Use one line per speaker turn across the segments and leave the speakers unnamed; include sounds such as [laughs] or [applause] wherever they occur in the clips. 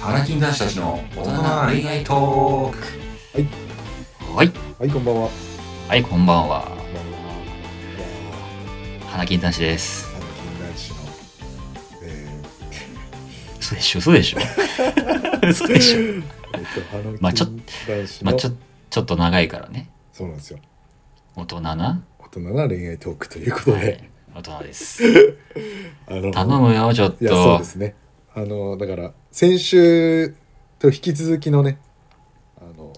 花金男子たちの大人な恋愛トーク
はい
はい、こんばんは。
はい、こんばんは。
こんばんは。
花金男子です。
花金大師の、え
嘘でしょ、嘘
[laughs]
でしょ。嘘でしょ。
ー、えっと、花金
まあちょ
男子
ま
の、
あ、ちょ、ちょっと長いからね。
そうなんですよ。
大人な。
大人な恋愛トークということ
は
で、
い。大人です。
あの
頼むよ、ちょっ
いや、そう
と
で。すね。あの、だから、先週と引き続きのね、あの、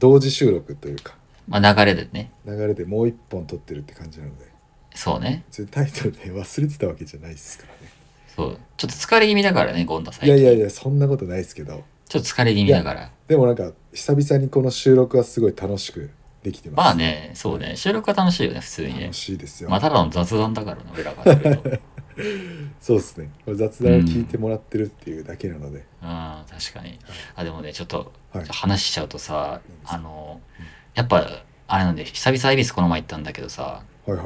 同時収録というか、
まあ、流れでね。
流れでもう一本撮ってるって感じなので、
そうね。
別にタイトルで忘れてたわけじゃないですからね。
そう。ちょっと疲れ気味だからね、ゴンダ最
いや
近。
いやいや、そんなことないですけど、
ちょっと疲れ気味だから。
でもなんか、久々にこの収録はすごい楽しくできてます。
まあね、そうね。収録は楽しいよね、普通にね
楽。しいですよ、
まあ、ただの雑談だからね、俺らからする
[laughs]
と。うん、確
そうですねこれ雑談を聞いてもらってるっていうだけなので、
かに。あ、でもね、ちょっと
はい
話しちゃうとさ
何、ですか
あの
うん、
やっぱ、あれなんで、久々恵比寿この前行ったんだけどさ、
はいは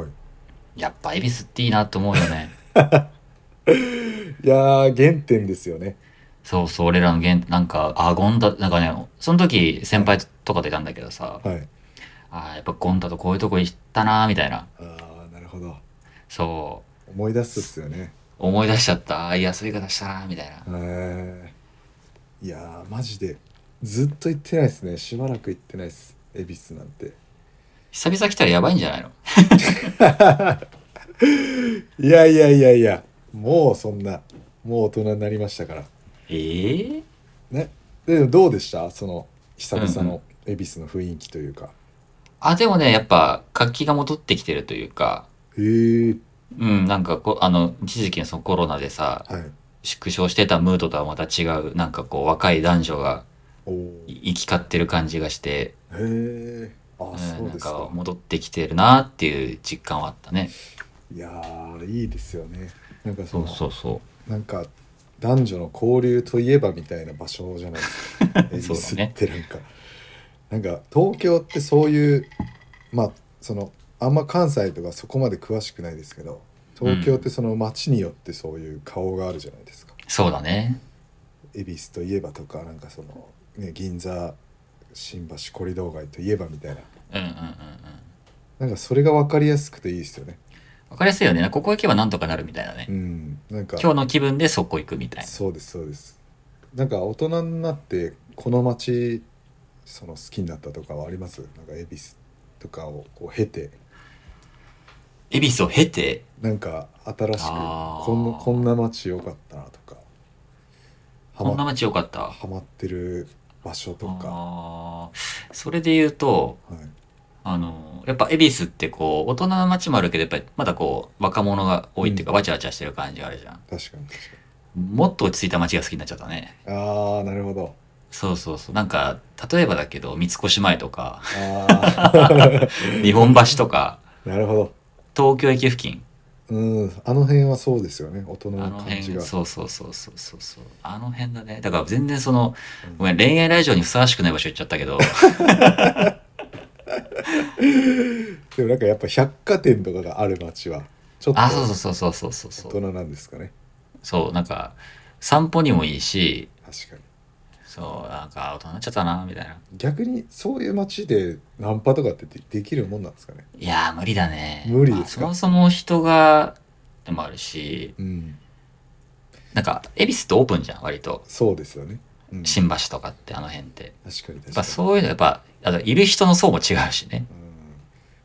い
やっぱ恵比寿っていいなと思うよね。 [laughs]
いやー原点ですよね
そうそう、俺らの現、なんか、あ、ゴンダ、なんかね、その時先輩とかといたんだけどさ、
はい
あ、やっぱゴンダとこういうとこ行ったな、みたいな。
あーなるほど
そ
思い出すっすよね
う、思い出しちゃった。あ、いや、そういう言い方したな、みたいな。
へーいやーマジでずっと行ってないですねしばらく行ってないです恵比寿なんて
久々来たらやばいんじゃないの
いやいやいやいやもうそんなもう大人になりましたから
ええ
ねでどうでしたその久々の恵比寿の雰囲気というか、
あ、でもね、やっぱ、活気が戻ってきてるというか、
へえ
うん、なんかこう、あの、一時期のそのコロナでさ、
はい
縮小してたムードとはまた違う、なんかこう、若い男女が
おお
い行き交ってる感じがして、
へえ。
う
あ、そ
ん、
う
なん
ですか。
か戻ってきてるなっていう実感はあったね。
いやー、いいですよね。なんかそ
そう
の
そうそ
なんか男女の交流といえばみたいな場所じゃないですか。恵比
[laughs] そ
寿
うだね
ってなんか、なんか東京ってそういうまあそのあんま関西とかそこまで詳しくないですけど、東京ってその街によってそういう顔があるじゃないですか。
う。そうだね。
恵比寿といえばとかなんかそのね銀座新橋コリドー街といえばみたいな。
うんうんうんうん。
なんかそれが分かりやすくていいですよね。
わかりやすいよね。ここ行けばなんとかなるみたいなね
う。ん、なんか
今日の気分でそこ行くみたいな。
そうですそうですなんか大人になってこの街その好きになったとかはありますなんか恵比寿とかをこう経て
恵比寿を経て、
なんか新しく
あー
こんなこんな街良かったなとかハ
こんな
マ
街良かった。あ
ハマってる場所とか、
あーそれで言うと、
はい、
あの、やっぱ恵比寿ってこう、大人の街もあるけど、やっぱりまだこう、若者が多いっていうか、
うん
わちゃわちゃしてる感じがあるじゃん。
確かに確か
もっと落ち着いた街が好きになっちゃったね。
にああなるほど
そうそうそう。なんか、例えばだけど、三越前とか、
あ
[laughs] 日本橋とか、
あなるほど
東京駅付近。
うんあの辺はそうですよね大人
あの
の感じ
辺、
が
そうそうそうそうそうそう。あの辺だね。だから全然その、
うん
ごめん、恋愛ラジオにふさわしくない場所行っちゃった
[laughs]
けど、
でもなんかやっぱ百貨店とかがある街はちょっと
あ、そうそうそうそうそうそうそう。
大人なんですかね
そう、なんか、散歩にもいいし、
確かに
そう、なんか、大人になっちゃったな、みたいな。
逆にそういう街でナンパとかってでできるもんなんですかね
いやー、無理だね。
無理ですか
まあそもそも人が、でもあるし、
うん
なんか、恵比寿ってオープンじゃん、割と。
そうですよね、うん、確
新橋とかって、あの辺って。
かに
や
確
っ
か
ぱ
に
そういうの、やっぱ、あと、いる人の層も違うしね。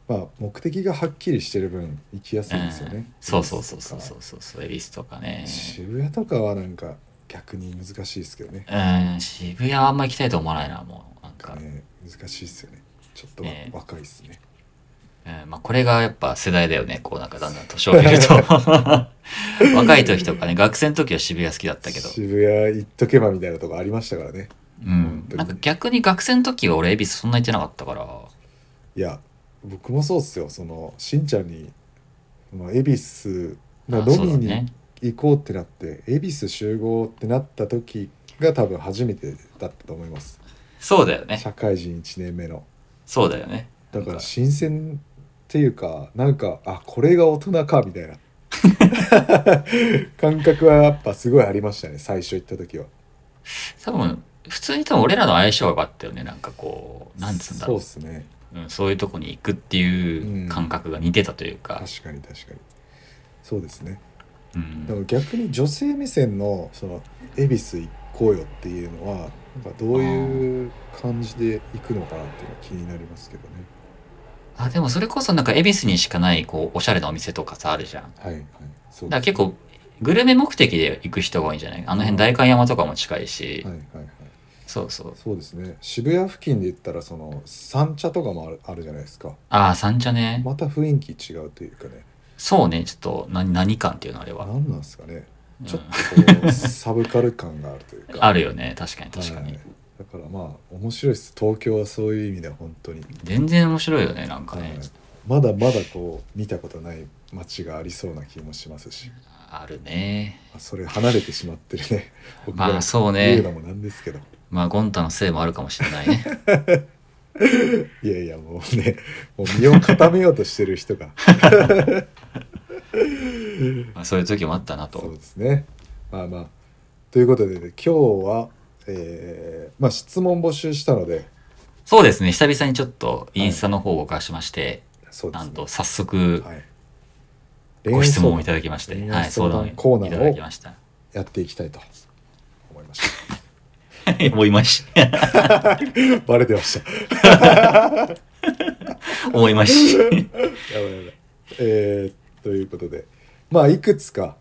うん、まあ目的がはっきりしてる分行きやすいですよね、
うんそうそうそうそうそううそうそう、恵比寿とかね。
渋谷とかはなんか逆に難しいですけどね
うん、渋谷はあんま行きたいと思わないな、もう。なんか、
ね難しいですよねちょっとわ、
ね
若いですね
うん、まあこれがやっぱ世代だよね、こうなんかだんだん年を見ると。若い時とかね、学生の時は渋谷好きだったけど。
渋谷行っとけばみたいなとこありましたからね
うん。なんか逆に学生の時は俺恵比寿そんな行ってなかったから。
いや僕もそうっすよそのしんちゃんに、まあ、恵比寿まあ
あ
ロ
そう
ビー
だ
に
ね。
行こうってなって恵比寿集合ってなった時が多分初めてだったと思います
そうだよね。
社会人1年目の
そうだよね。
だか
なんか
ら新鮮っていうかなんかあこれが大人かみた
[laughs]
いな感覚はやっぱすごいありましたね最初行った時は
多分、普通に多分俺らの相性があったよね。なんかこう、なんつうんだろ
そう
う。
ですね
うん、そういうとこに行くっていう感覚が似てたというか。
確かに確かにそうですね
う
で
ん。
も逆に女性目線のその恵比寿行こうよっていうのはなんかどういう感じで行くのかなっていうのは気になりますけどね
あ、でもそれこそなんか恵比寿にしかない、こう、おしゃれなお店とかさ、あるじゃん。
はいはいそう
だから結構、グルメ目的で行く人が多いんじゃないあの辺、代官山とかも近いし、
はいはいはい
そうそう。
そうですね渋谷付近で言ったらその三茶とかもあるあるじゃないですか
ああ、三茶ね。
また雰囲気違うというかね
そうね、ちょっと、何、何感っていうのあれは。
何なんですかね
うん
ちょっとこうサブカル感があるというか
[laughs] あるよね、確かに確か
は
に
い。だからまあ面白いです東京はそういう意味では本当に、
全然面白いよね、なんか
はい
ね。
まだまだこう見たことない街がありそうな気もしますし
あるね。
あそれ離れてしまって
[laughs]
るね僕
ま
が
あ、そう
言う
ね。
のもなんですけど、
まあ、ゴンタのせいもあるかもしれないね。
[laughs] いやいやもうねもう身を固めようとしてる人が
まあ、そういう時もあったな
そう
と。
ですねまあまあということで、ね、今日は、えーまあ、質問募集したので
そうですね、久々にちょっとインスタの方を動かしまして、
そうで
な
す
ん
ね
と早速、
はい、
ご質問をい
恋愛相談
ただきまして、
恋
は
愛
い、相
相
談を
談コーナ
い
ーを
ただきました。 [laughs]
やっていきたいと思いました
もう今し、
バレてました [laughs]
思いまし。
やばいやばい。えー、ということで、まあ、いくつか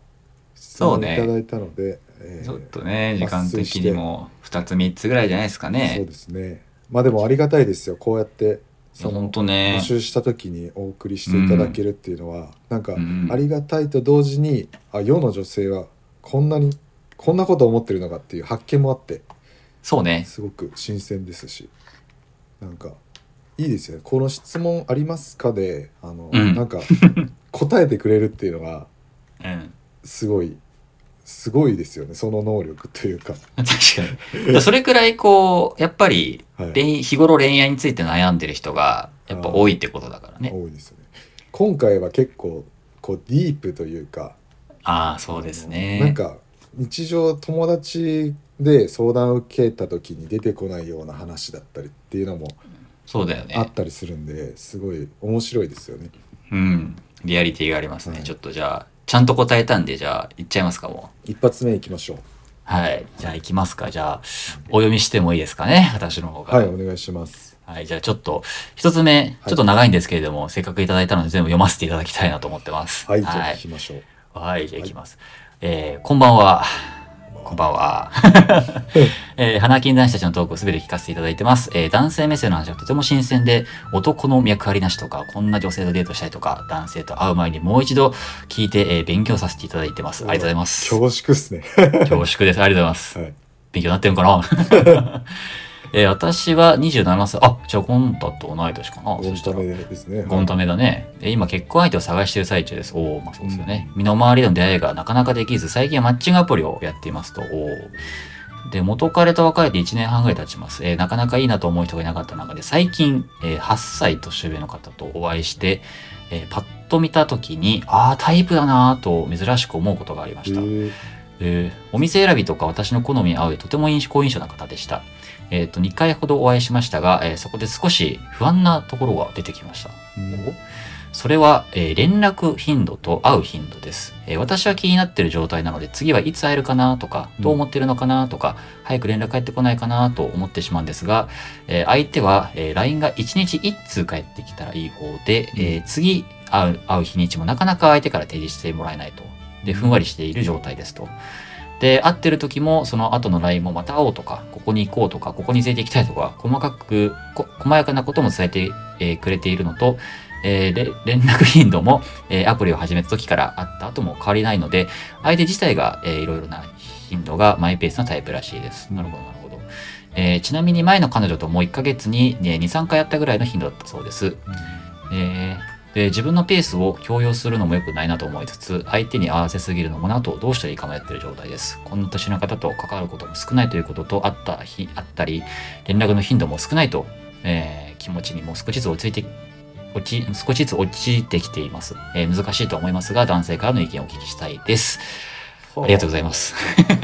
質
そう
問い
ね
ただいたので、えー
ちょっとね、時
まあ
間的にも2つ3つぐらいじゃないですか
そう
ね。
ですね。まあでもありがたいですよ、こうやって、そ
本
の、
当ね
募。集した時にお送りしていただけるっていうのは、なんか
うん、
ありがたいと同時に、あ、世の女性はこんなに、こんなこと思ってるのかっていう発見もあって、
そうね。
すごく新鮮ですし、なんか、いいですよね。この質問ありますかで、あの、
うん
な
[laughs]
んか、答えてくれるっていうのが、
うん。 [laughs]
すごいすごいですよねその能力というか、
確か
[laughs]
に。それくらいこう、やっぱり、
はい、
恋日頃恋愛について悩んでる人が、やっぱ多いってことだからね。
多いですよね今回は結構こうディープというか
ああ、そうです
あのなん
ね。
か日常友達で相談を受けた時に出てこないような話だったりっていうのも
そうだよ
あっ
ね。
たりするんですごい面白いですよね
うん。リアリティがありますね。
はい
ちょっとじゃあ、ちゃんと答えたんで、じゃあ、いっちゃいますか、もう。
一発目いきましょう
はい。じゃあ、行きますか。じゃあ、お読みしてもいいですかね。私の方が。
はいお願いします
はい、じゃあちょっと、一つ目、ちょっと長いんですけれども、せっかくいただいたので全部読ませていただきたいなと思ってます。
はいじゃ
は
あ
い
聞、きましょう
はいじゃあいきます。えー、こんばんは。こんばん
[laughs]
は。えー、花金男子たちのトークをすべて聞かせていただいてます。えー、男性目線の話がとても新鮮で、男の脈ありなしとか、こんな女性とデートしたいとか、男性と会う前にもう一度聞いて、えー勉強させていただいてます。ありがとうございます。
恐縮ですね
恐縮です。ありがとうございます。
はい
勉強になってるかな [laughs] えー私は27歳。あ、じゃあゴンタと同い年かな。
ゴ
そ
ン
した
タ
ら
メ。ですね
ゴンタメだね。えー今結婚相手を探している最中です。おお、まあそうですよね。身の回りでの出会いがなかなかできず、最近はマッチングアプリをやっていますと。おーで、元彼と別れて1年半ぐらい経ちます。えーなかなかいいなと思う人がいなかった中で、最近、えー8歳年上の方とお会いして、えーパッと見た時に、ああ、タイプだなぁと珍しく思うことがありま
へ
した。
ー
えーお店選びとか私の好みに合うとても印象好印象な方でした。えっ、と、2回ほどお会いしましたが、えーそこで少し不安なところが出てきました。
うん
それは、えー連絡頻度と会う頻度です、えー私は気になってる状態なので、次はいつ会えるかなとか、
うん
どう思ってるのかなとか、早く連絡返ってこないかなと思ってしまうんですが、えー相手は、えー LINE が1日1通返ってきたらいい方で、えー次会う会う日にちもなかなか相手から提示してもらえないと。で、ふんわりしている状態ですと。で、会ってる時も、その後の LINE もまた会おうとか、ここに行こうとか、ここに連れて行きたいとか、細かく、こ細やかなことも伝えて、えーくれているのと、えーれ連絡頻度も、えーアプリを始めた時からあった後も変わりないので、相手自体が、えーいろいろな頻度がマイペースなタイプらしいです。なるほど、なるほど。えーちなみに前の彼女ともう1ヶ月に、ね、2、3回やったぐらいの頻度だったそうです。えーで自分のペースを強要するのも良くないなと思いつつ相手に合わせすぎるのもなとどうしたらいいか迷ってる状態ですこんな年の方と関わることも少ないということとあった日あったり連絡の頻度も少ないと、えー気持ちにも少しずつ落ち着いて落ち少しずつ落ちてきています、えー難しいと思いますが男性からの意見をお聞きしたいですありがとうございます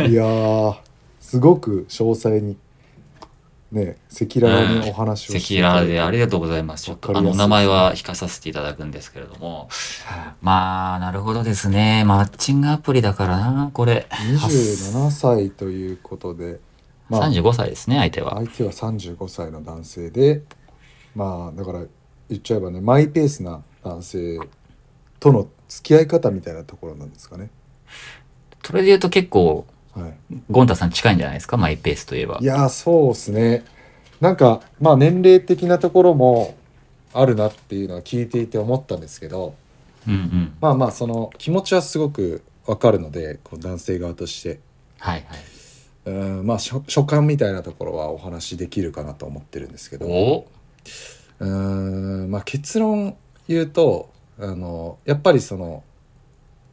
いやーすごく詳細にね赤裸々にお話を
赤
してい
裸
ただい
々
て
でありがとうございます。ちょっ
わ
と
か
あ
り
の
や
お
すい
名前は引かさせていただくんですけれども、まあなるほどですね。マッチングアプリだからなこれ。
27歳ということで、まあ、
35歳ですね相手は。
相手は35歳の男性でまあだから言っちゃえばねマイペースな男性との付き合い方みたいなところなんですかね。
それで言うと結構
はい、
ゴンタさん近いんじゃないですかマイペースといえば
い。やーそうですねなんかまあ年齢的なところもあるなっていうのは聞いていて思ったんですけど
うんうん。
まあまあその気持ちはすごくわかるのでこう男性側として
はいはい。
うんまあしょ所感みたいなところはお話しできるかなと思ってるんですけど
お
うんまあ結論言うとあのやっぱりその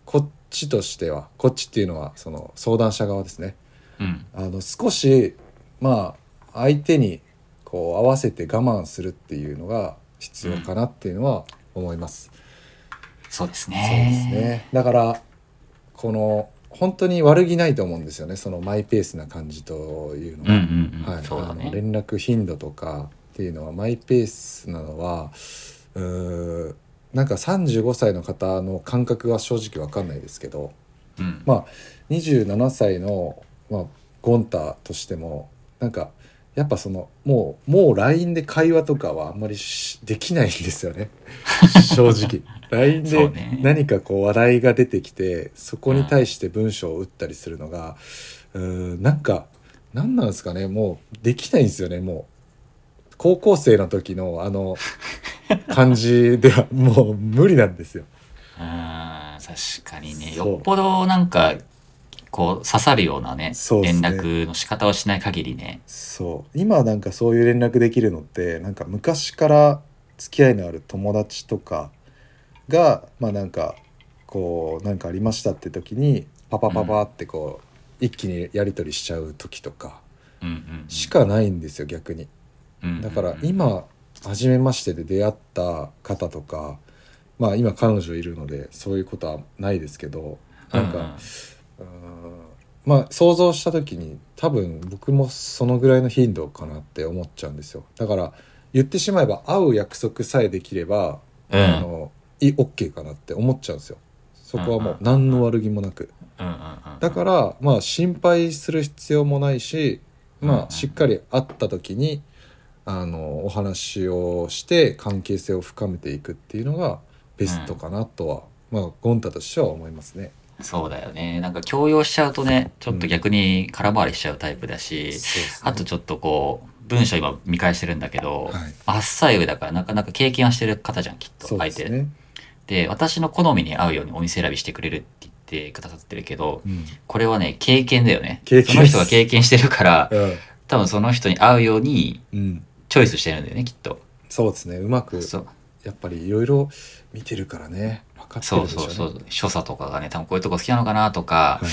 こっちとしてはこっちっていうのはその相談者側ですね
うん
あの少しまあ相手にこう合わせて我慢するっていうのが必要かなっていうのは思います。
そうです
そうです
ね。
ね。だからこの本当に悪気ないと思うんですよね。そのマイペースな感じというの
うん
は、
うんうん。
はい。
そうだ
あの
ね。
連絡頻度とかっていうのはマイペースなのはうーんなんか35歳の方の感覚は正直わかんないですけど、
うん
まあ27歳の、まあ、ゴンタとしてもなんかやっぱそのもうもう LINE で会話とかはあんまりしできないんです
[laughs]
よね正直 LINE
そう
で
ね
何かこう話題が出てきてそこに対して文章を打ったりするのがうーんなんか何なんですかねもうできないんですよねもう高校生の時のあ
[laughs]
の感じではもう無理なんですよ。
うん確かにね
そう
よっぽどなんかこう刺さるようなね
そうで
連
すね
絡の仕方をしない限りね
そう今なんかそういう連絡できるのってなんか昔から付き合いのある友達とかがまあなんかこうなんかありましたって時にパパパパってこう、一気にやり取りしちゃう時とか
うんうんうん
しかないんですよ逆に
うんうんうん
だから今初めましてで出会った方とかまあ今彼女いるのでそういうことはないですけどなんか、
うう
うーんまあ想像した時に多分僕もそのぐらいの頻度かなって思っちゃうんですよだから言ってしまえば会う約束さえできれば、
うん
あのい OK かなって思っちゃうんですよそこはも
うん
う
うん
何の悪気もなく
うんうんうんうん
だからまあ心配する必要もないし
うんう
ま
ん
あしっかり会った時にあのお話をして関係性を深めていくっていうのがベストかなとは、まあゴンタとしては思いますね。
そうだよねなんか強要しちゃうとねちょっと逆に空回りしちゃうタイプだし、
そうですね
あとちょっとこう文章今見返してるんだけど、
はい
8歳上だからなかなか経験はしてる方じゃんきっと
そう
相
です
手
ね。
で私の好みに合うようにお店選びしてくれるって言ってくださってるけど
うん
これはね経験だよね
経験
その
です
人が経験してるから
うん
多分その人に合うように
うん、
チョイスしてるんだよねきっと
そうですねうまく
そう
やっぱりいろいろ見てるからね分かって
そ
る
う
でしょ
そうそ
ね
う所作とかがね多分こういうとこ好きなのかなとか、
はい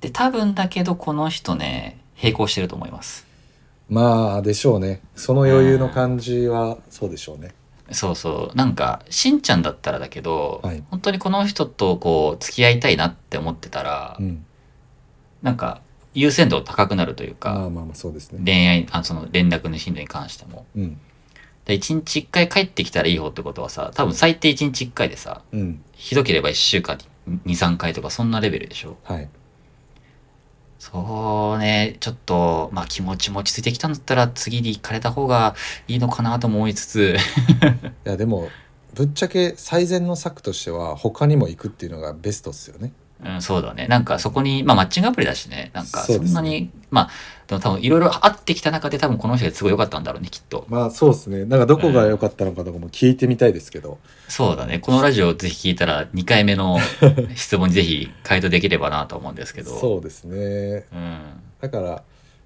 で多分だけどこの人ね並行してると思います
まあでしょうねその余裕の感じはそうでしょうね
そうそうなんかしんちゃんだったらだけど、
はい
本当にこの人とこう付き合いたいなって思ってたら、
うん
なんか優先度高くなるという
ま
か、
あまあまあそうですね
恋愛あその連絡の頻度に関しても
うん
で1日1回帰ってきたらいい方ってことはさ多分最低1日1回でさ
うん
ひどければ1週間に23回とかそんなレベルでしょ
はい
そうね、ちょっと、まあ気持ちも落ち着いてきたんだったら次に行かれた方がいいのかなとも思いつつ、 [laughs]
いやでもぶっちゃけ最善の策としては他にも行くっていうのがベストっすよね
うん、そうだね。なんかそこに、まあマッチングアプリだしね、なんか
そう
そ
で
ん
すね
なに、まあ、でも多分いろいろ会ってきた中で多分この人がすごい良かったんだろうね、きっと。
まあそうですねなんかどこが良かったのかとかも聞いてみたいですけど、
そうだね。このラジオをぜひ聞いたら2回目
[laughs]
の質問にぜひ回答できればなと思うんですけど。
そうですね
うん。
だから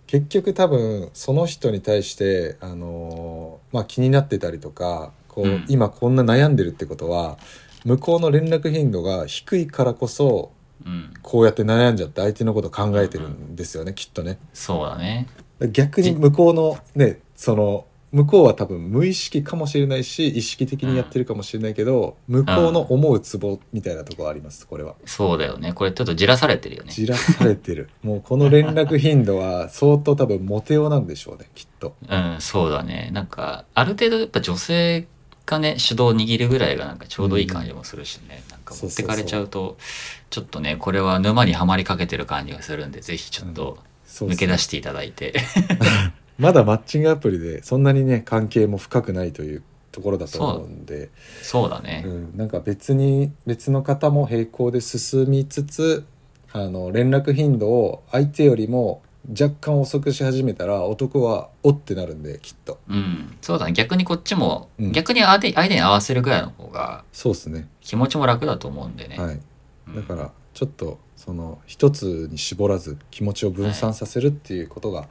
結局多分その人に対して、あのーまあ、気になってたりとかこ
う
う、
ん
今こんな悩んでるってことは向こうの連絡頻度が低いからこそ
うん。
こうやって悩んじゃって相手のこと考えてるんですよね、きっとね。
そうだね。
逆に向こうのねその向こうは多分無意識かもしれないし意識的にやってるかもしれないけど、向こうの思うツボみたいなところありますこれは。
そうだよね。これちょっとじらされてるよね。
じらされてるもうこの連絡頻度は相当多分モテ男なんでしょうねきっと。
うん、そうだね。なんか、ある程度やっぱ女性がね、主導を握るぐらいがなんかちょうどいい感じもするしね。なんか持ってかれちゃうと、ちょっとね、これは沼にはまりかけてる感じがするんで、ぜひちょっと
そうそう
抜け出していただいて。
まだマッチングアプリでそんなにね関係も深くないというところだと思うんで
[laughs] そうだ
う、
ね。
ん、なんか別に別の方も並行で進みつつあの連絡頻度を相手よりも若干遅くし始めたら男はおってなるんできっと
うん、そうだね。逆にこっちも、
うん
逆に相手相手に合わせるぐらいの方が
そうですね
気持ちも楽だと思うんでね。
はい
うん
だからちょっとその一つに絞らず気持ちを分散させるっていうことが、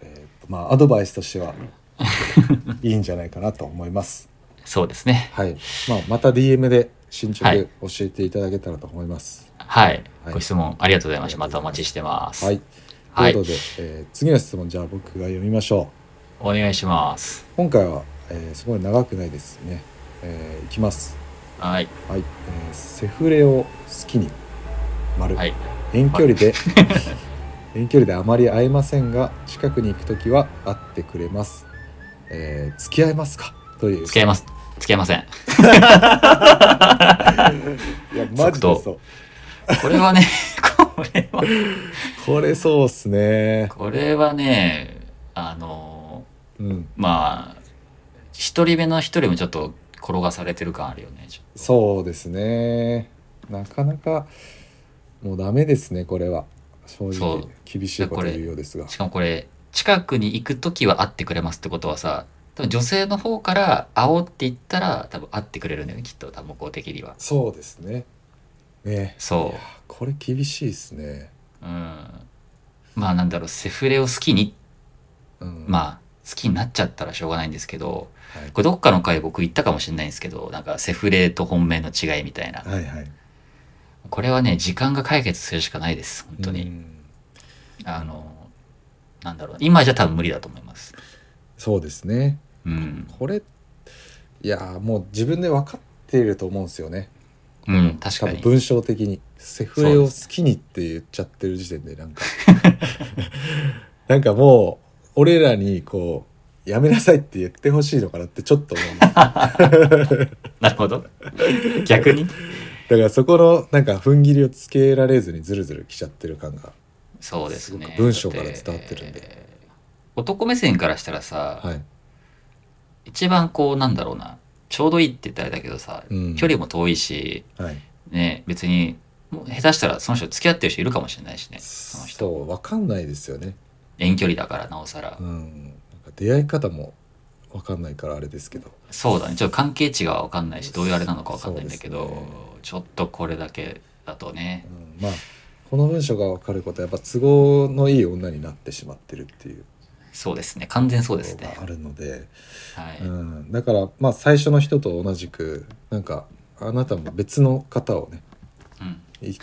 えーまあアドバイスとし
[laughs]
てはいいんじゃないかなと思います
そうですね。
はい、まあ、また DM で進捗
はい
教えていただけたらと思います。
はい。
はい
ご質問ありがとうございました。
あ
ま
り
た
がと
お
うございます
待ちしてます。
はい、
はい
ということで、えー次の質問じゃあ僕が読みましょ
お
う。
願いします。
今回は、えーすごい長くないですね。えーいきます。
はい。
はい、えーセフレを好きに丸、
はい。
遠距離で [laughs] 遠距離であまり会えませんが近くに行くときは会ってくれます、えー付き合えますかという
付き合います。付き合いま
[laughs]
せん。
いやマジでそう
これはね、 [laughs] これは、
これそうっすね
これはね、あの、
うん
まあ、一人目の一人もちょっと転がされてる感あるよね。ちょっと
そうですね。なかなかもうダメですね、これは。正
そ
直
う
厳しいこと言うようですが。
しかもこれ、近くに行くときは会ってくれますってことはさ、多分女性の方から会おうって言ったら、多分会ってくれるんだよね、きっと、多分向こう的には。
そうですね。ね
そ
これ厳しいですね。
う。うん。まあなんだろう、セフレを好きに、
うん、あ、
まあ、好きになっちゃったらしょうがないんですけど、
はい
これどっかの回僕言ったかもしれないんですけど、なんかセフレと本命の違いみたいな。
はいはい。
これはね、時間が解決するしかないです、本当に。
うん
あの、なんだろう、今じゃ多分無理だと思います。
そうですね。
うん。
これ、いやーもう自分で分かっていると思うんですよね。
うん、確か
多分
に。
文章的に。セフレを好きにって言っちゃってる時点
[laughs]
で、なんか。なんかもう、俺らにこう、やめなさいって言ってほしいのかなってちょっと思うんです
なるほ
[laughs]
ど。逆に
だからそこのなんか踏ん切りをつけられずにずるずるきちゃってる感が
そうです
す
ね
ご。く文章から伝わってるんで
だて。男目線からしたらさ、
はい、
一番こう、なんだろうな、ちょうどいいって言ったらあれだけどさ、
うん、
距離も遠いし、
はい
ね、別に、もう下手したらその人付き合ってる人いるかもしれないしね。その人。
そう分かんないですよね
遠距離だから、なおさら
う。んなんか出会い方も分かんないからあれですけど
そうだね。ちょっと関係値がわかんないし、どういうあれなのかわかんないんだけど、
そうですね
ちょっとこれだけだとね
う。ん、まあこの文章が分かることはやっぱ都合のいい女になってしまってるっていう
そうですね。完全そう
こ
です
と
ね
が。あるので
はい。
うん、だからまあ最初の人と同じくなんかあなたも別の方をね
うん。 [laughs]
い [laughs]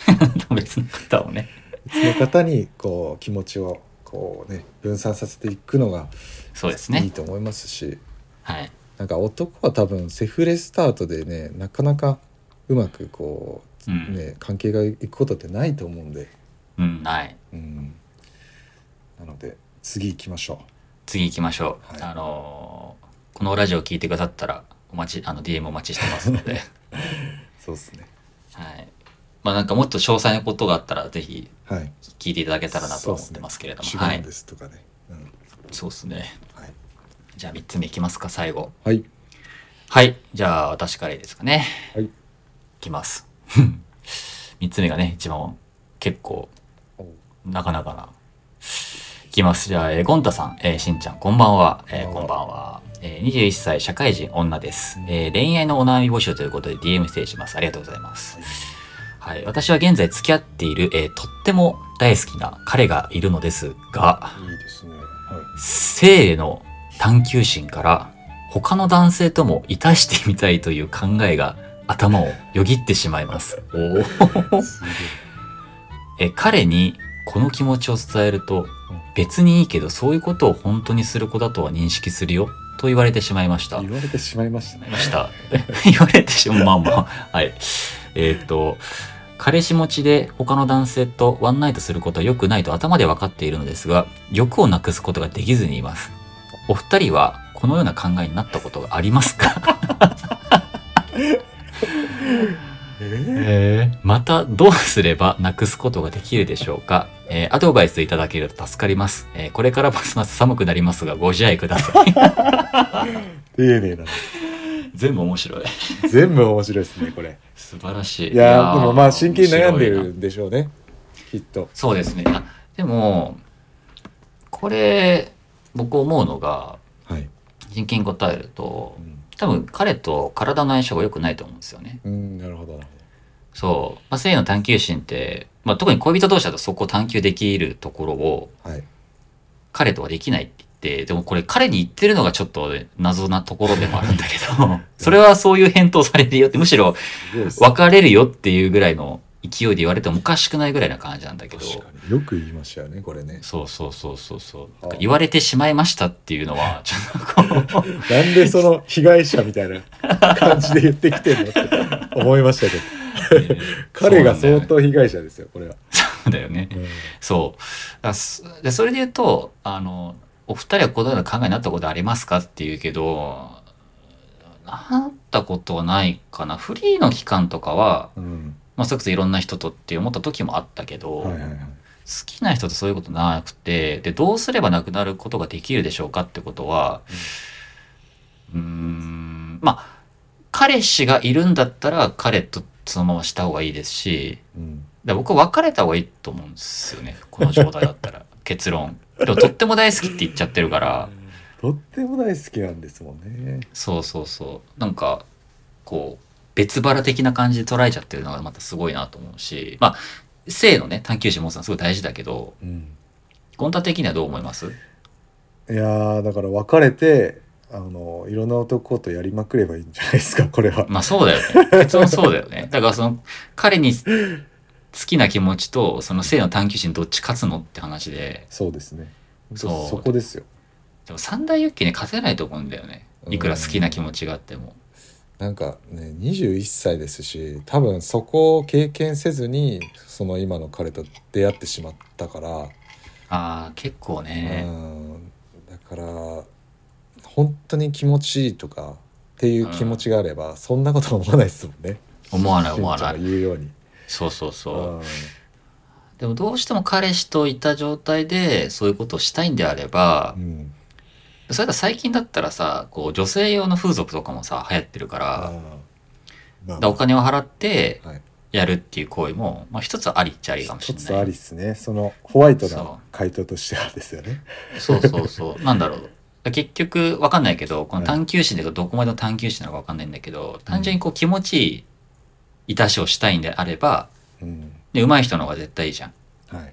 別の方をね。
別の方にこう気持ちをこうね分散させていくのが
そうです
いい
ね。
と思いますし
はい。
なんか男は多分セフレスタートでねなかなかうまくこ
う
う、
ん。
ね、関係がいくことってないと思うんで、
うん、はい。
うん、なので次行きましょ
次行きましょう。
はい
あのーこのラジオを聞いてくださったら、お待ち、あの、DM お待ちしてますの
[laughs]
で。
うそうですね
はい。まあなんかもっと詳細なことがあったら、ぜひ
はい
聞いていただけたらなと思ってますけれども。は
違うん
い
で。すとかね、うん、
そうですね。
はい、
じゃあ3つ目いきますか、最後。
はい、
はい。じゃあ、私からいいですかね。
はい
いきます。 [laughs] 三つ目がね、一番結構、
お
なかなかな。いきます。じゃあ、えーゴンタさん、えーしんちゃん、こんばんは。えー
こ
こ
ん
ん
ば
ばんは。えー、21歳、社会人、女です。えー恋愛のお悩み募集ということで DM 失礼します。ありがとうございます。はい。私は現在付き合っている、えーとっても大好きな彼がいるのですが、
いいですねは
性への探求心から他の男性ともいたしてみたいという考えが頭をよぎってしまいます。
いす
え彼にこの気持ちを伝えると別にいいけどそういうことを本当にする子だとは認識するよと言われてしまいました。
言われてしまいましたね
ました。 [laughs] 言われてしまう。まあまあ。はい。えーっと、彼氏持ちで他の男性とワンナイトすることは良くないと頭で分かっているのですが、欲をなくすことができずにいます。お二人はこのような考えになったことがありますか
え
えーまた、どうすればなくすことができるでしょうかえーアドバイスいただけると助かります。えーこれからますます寒くなりますが、ご自愛くだ
[laughs]
さい。
ー、丁寧だな
全部面白い。
全部面白いですねこれ
素晴らしい。
いやーでもまあ真剣に悩ん
面白
で
いな
るんでしょうねきっと
そうですね。あでも、これ、僕思うのが、
はい、
真剣に答えると
う、ん
多分彼と体の相性が良くないと思うんですよね。
うん、なるほどなる
そう。まあ、性の探求心って、まあ、特に恋人同士だとそこを探求できるところを
ほどはい
彼とはできないって言って、でもこれ彼に言ってるのがちょっと謎なところでもあるんだけど、それはそういう返答されるよって、むしろ
すごいですね
別れるよっていうぐらいの勢いで言われてもおかしくないぐらいな感じなんだけど。
確かによく言いましたよねこれね
そうそうそうそうそう。な
あ
んか言われてしまいましたっていうの
[laughs]
は、ちょっとこう、
なんでその被害者みたいな感じで言ってきてんのって思いましたけ [laughs] ど彼が相当被害者ですよこれは、
そうだよね。
うん
そう。だからすでそれで言うと、あの、お二人はこのような考えになったことありますかっていうけど、なったことはないかな。フリーの期間とかは、
うん
まあ、それこそいろんな人とって思った時もあったけど、
はいはいはい
好きな人とそういうことなくてでどうすればなくなることができるでしょうかってことはうーんまあ彼氏がいるんだったら彼とそのまました方がいいですし
うん
だから僕は別れた方がいいと思うんですよねこの状態だったら [laughs] 結論でもとっても大好きって言っちゃってるから
とっても大好きなんですもんね
そうそうそうなんかこう別腹的な感じで捉えちゃってるのがまたすごいなと思うしまあ性のね探求心持つのはすごい大事だけど
うん
ゴンタ的にはどう思います
いやーだから別れてあのいろんな男とやりまくればいいんじゃないですか [laughs] これは、
まあそうだよね。結論そうだよね。だからその、彼に好きな気持ちと、その性の探求心どっち勝つのって話で、
そうですね
そう
そこですよ
でも三大欲求に勝てないと思うんだよね。いくら好きな気持ちがあっても。
なんかね21歳ですし多分そこを経験せずにその今の彼と出会ってしまったから、
ああ、結構ね。
うんだから本当に気持ちいいとかっていう気持ちがあれば、そんなことは思わないですもんね
思わない思わない。
しんちゃんが言うように
そうそうそう。
うん
でもどうしても彼氏といた状態でそういうことをしたいんであれば、
うん
それだ最近だったらさ、こう女性用の風俗とかもさ、流行ってるから、だ
あ
か
ーま
らお金を払って
はい
やるっていう行為も、まあ一つはありっちゃありかもし
一
れない。
つありですねそのホワイト
そう
な回答としてはですよね
そうそうそう。 [laughs] なんだろう。結局、わかんないけど、この探求心でどこまでの探求心なのかわかんないんだけど、単純にこう気持ちいいいたしをしたいんであれば、
うん
で、上手い人の方が絶対いいじゃん。
はい、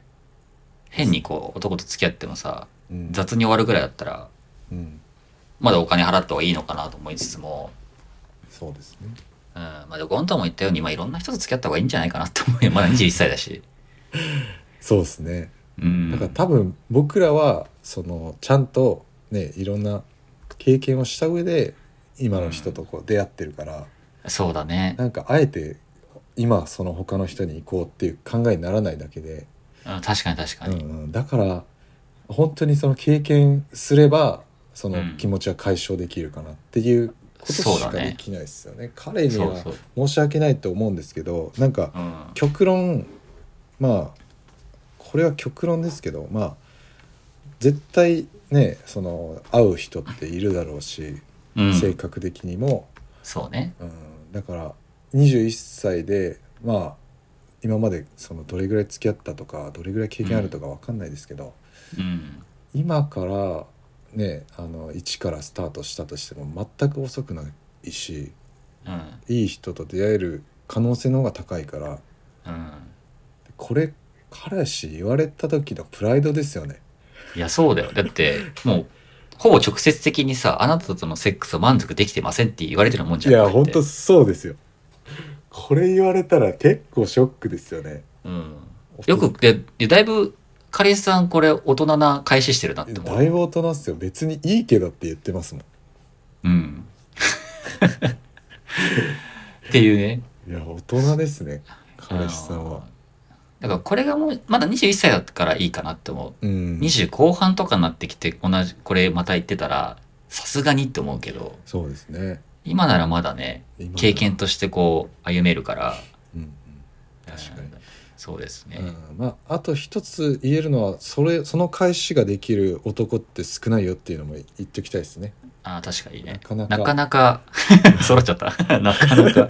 変にこう、男と付き合ってもさ、
うん
雑に終わるぐらいだったら、
うん、
まだお金払った方がいいのかなと思いつつも、
そうですね
うん、まあでもゴンタも言ったように、まあいろんな人と付き合った方がいいんじゃないかなって思うよ。まだ21歳だし。
そうですね
うん。
だから多分僕らはそのちゃんとねいろんな経験をした上で今の人とこう出会ってるから、
そうだね。
なんかあえて今その他の人に行こうっていう考えにならないだけで、
うん、確かに確か
うん
に。
うん、だから本当にその経験すればその
うん
気持ちは解消できるかなっていうことし
そう
か
だね
できないですよね。彼に
そう
は
そう。
申し訳ないと思うんですけどなんか
うん。
極論まあこれは極論ですけどまあ絶対ねその会う人っているだろうし、
うん、
性格的にも、
そうね。
うん、だから21歳でまあ今までそのどれぐらい付き合ったとかどれぐらい経験あるとかわかんないですけど、
うん。
今からねあの一からスタートしたとしても全く遅くないし
うん。
いい人と出会える可能性の方が高いから
うん。
これ彼氏言われた時のプライドですよね
いや、そうだよ。だって、もう、ほぼ直接的にさ、あなたとのセックスを満足できてませんって言われてるもんじ
い
ゃん。
や
これっ
本
て
当そうですよこれ言われたら結構ショックですよね
うん。よく、で、でだいぶ、彼氏さん、これ、大人な返ししてるなって思。
だいうぶ大人っすよ別にいいけどって言ってますもん
うん。っていうね。
いや大人ですね彼氏さんは。
だからこれがもう、まだ21歳だったからいいかなって思う。
うん
20後半とかになってきて同じこれまた言ってたらさすがにって思うけど
そうですね
今ならまだね
今
経験としてこう歩めるから
うんうん確かに
うんそうですね、
うんまあ、あと一つ言えるのはそれその返しができる男って少ないよっていうのも言っておきたいですね。
ああ確かにね
なかな
な
か
かなか揃っちゃった [laughs] なかなか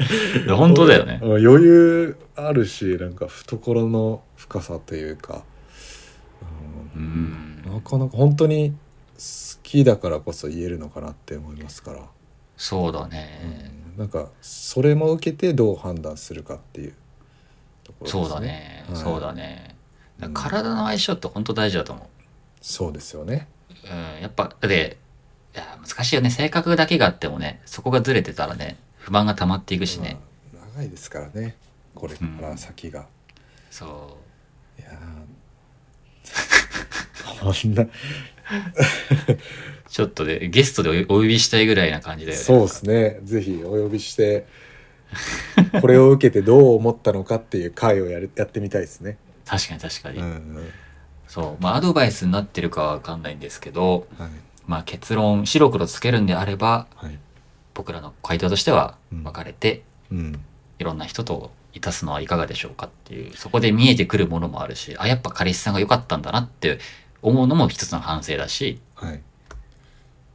いや本当だよね
うん余裕あるしなんか懐の深さというか、
う
うん、なんかなか本当に好きだからこそ言えるのかなって思いますから、
そうだ
うん
ね、
なんかそれも受けてどう判断するかっていうところですね。
そうだね、
はい
そうだねだ
うん
から体の相性って本当大事だと思う、
そうですよね。
うん、やっぱでいや難しいよね性格だけがあってもねそこがずれてたらね不満が溜まっていくしね、
まあ長いですからねこれから先が。
そう
いやー [laughs] こんな
ちょっとで、ゲストでおお呼びしたいぐらいな感じだよね。
そうですねぜひお呼びしてこれを受けてどう思ったのかっていう回をやるやってみたいですね。
確かに確か
うん
に。
うん
そう。まあ、アドバイスになってるかはわかんないんですけど、
はい
まあ、結論、白黒つけるんであれば、
はい
僕らの回答としては
う、ん
別れて、
うん、
いろんな人といたすのはいかがでしょうかっていう、そこで見えてくるものもあるし、あ、やっぱ彼氏さんが良かったんだなって思うのも一つの反省だし、
はい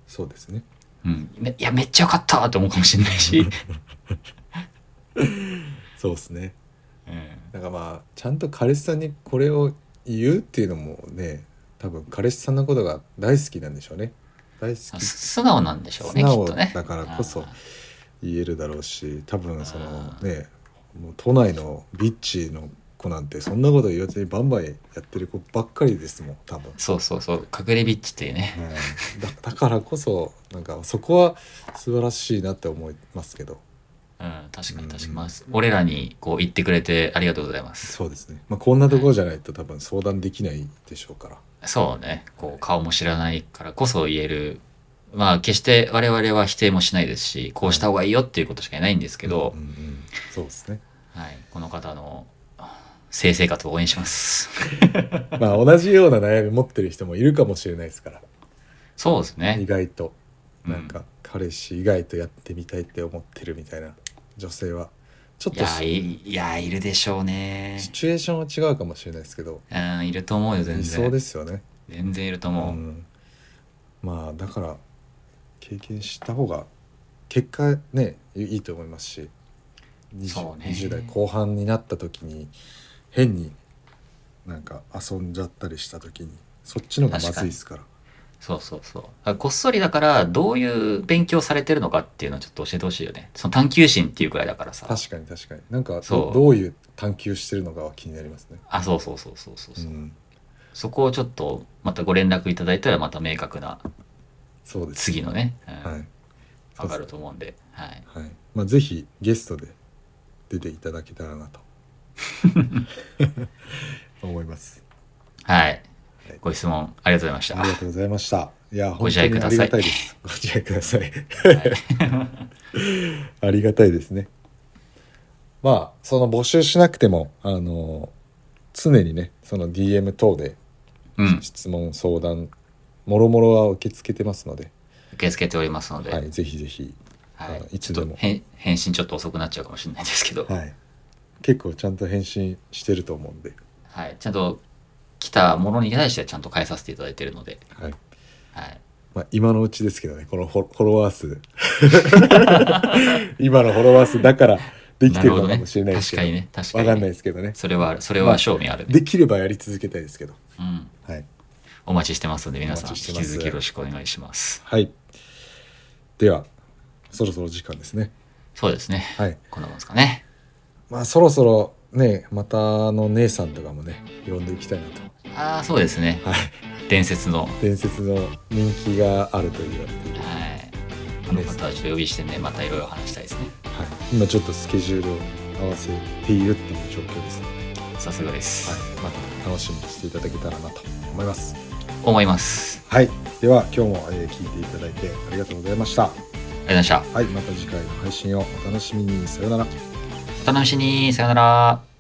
そうですね。
うん。めいや、めっちゃ良かったって思うかもしれないし、
そうですね。
[laughs] うん。
だからまあちゃんと彼氏さんにこれを言うっていうのもね多分彼氏さんのことが大好きなんでしょうね。大好き
す素直なんでしょうね、きっ
素直
とね。
だからこそ
あー
言えるだろうし多分その
あー
ねもう都内のビッチの子なんてそんなこと言わずにバンバンやってる子ばっかりですもん多分、
そうそうそう、隠れビッチっていうね。
うんだだからこそなんかそこは素晴らしいなって思いますけど
うん、確かに確か
うん
に。まあ俺らにこう言ってくれてありがとうございます。
そうですね、まあ、こんなところじゃないと多分相談できないでしょうから
そうね。こう顔も知らないからこそ言える。まあ決して我々は否定もしないですし、こうした方がいいよっていうことしか言えないんですけど
うん、うんそうですね
はい。この方の性生活を応援します。
まあ同じような悩み持ってる人もいるかもしれないですから
そうです
意
ね。
外と
うん
なんか彼氏以外とやってみたいって思ってるみたいな女性はちょっ
い
と
や、いいや、いるでしょうね。
シチュエーションは違うかもしれないですけど
うん、いると思うよ、全
理想で
然。
すよね、
全然いると
う
思う。
ん、まあだから経験した方が結果ねいいいと思いますし 20,
そうね
20代後半になった時に変になんか遊んじゃったりした時にそっちの方がまずいですから
そうそうそう。だからこっそりだから、どういう勉強されてるのかっていうのをちょっと教えてほしいよね。その探求心っていうくらいだからさ。
確かに確かになんか
そ
ど
う
どういう探求してるのかは気になりますね、
あ、そうそうそうそうそう
う
そう、
ん、
そこをちょっと、またご連絡いただいたら、また明確な
そうです
次のね、うん
はい、
上がると思うんで、はい。
はいまあ、ぜひゲストで出ていただけたら
[laughs]
なと思います。
はい。ご質問ありがとうございました。
ありがとうございました。いや、
ご
本
自
当
愛
に
く
あ
だ
り
さ
が
い
たいです。ご自愛ください。
はい [laughs]
ありがたいですね。まあ、その募集しなくても、あの、常にね、その DM 等で
うん。
質問、相談、もろもろは受け付けてますので、
受け付けておりますので、
は
はい。
い、ぜひぜひ、あのいつでも
ちょっと返返信ちょっと遅くなっちゃうかもしれないですけど、はい。
はい。結構ちゃんと返信してると思うんで、
ちゃんと来たものに対してはちゃんと返させていただいてるので、
はい。
はい。
まあ、今のうちですけどね、このフォフォロワー数。 [laughs] 今のフォロワー数だからできてるのかもしれないですけ
なるほどね確か
ど。わ
にね確かにね
かんないですけどね。
それはある、それは賞味あるね。
できればやり続けたいですけど。
うん。
はい。
お待ちしてますので、皆さん、引
お待ちして
き
ます
続きよろしくお願いします。
はい。では、そろそろ時間ですね。
そうですね。
はい。
こんなもんですかね。
まあ、そろそろね、またあの姉さんとかもね、呼んでいきたいなと。
ああ、そうですね。
はい。
伝説の、は
伝説の人気があると言われている。はい
い。あの方はちょっと呼びしてね、またいろいろ話したいですね。
今ちょっとスケジュールを合わせているっていう状況ですね。
さすがです。
はい。また楽しみにしていただけたらなと思います。
思います。
はい、では今日も、えー聞いていただいてありがとうございまし
り
た。
がとうございました。
はい、また次回の配信をお楽しみに。さようなら。
お楽しみに。さよなら。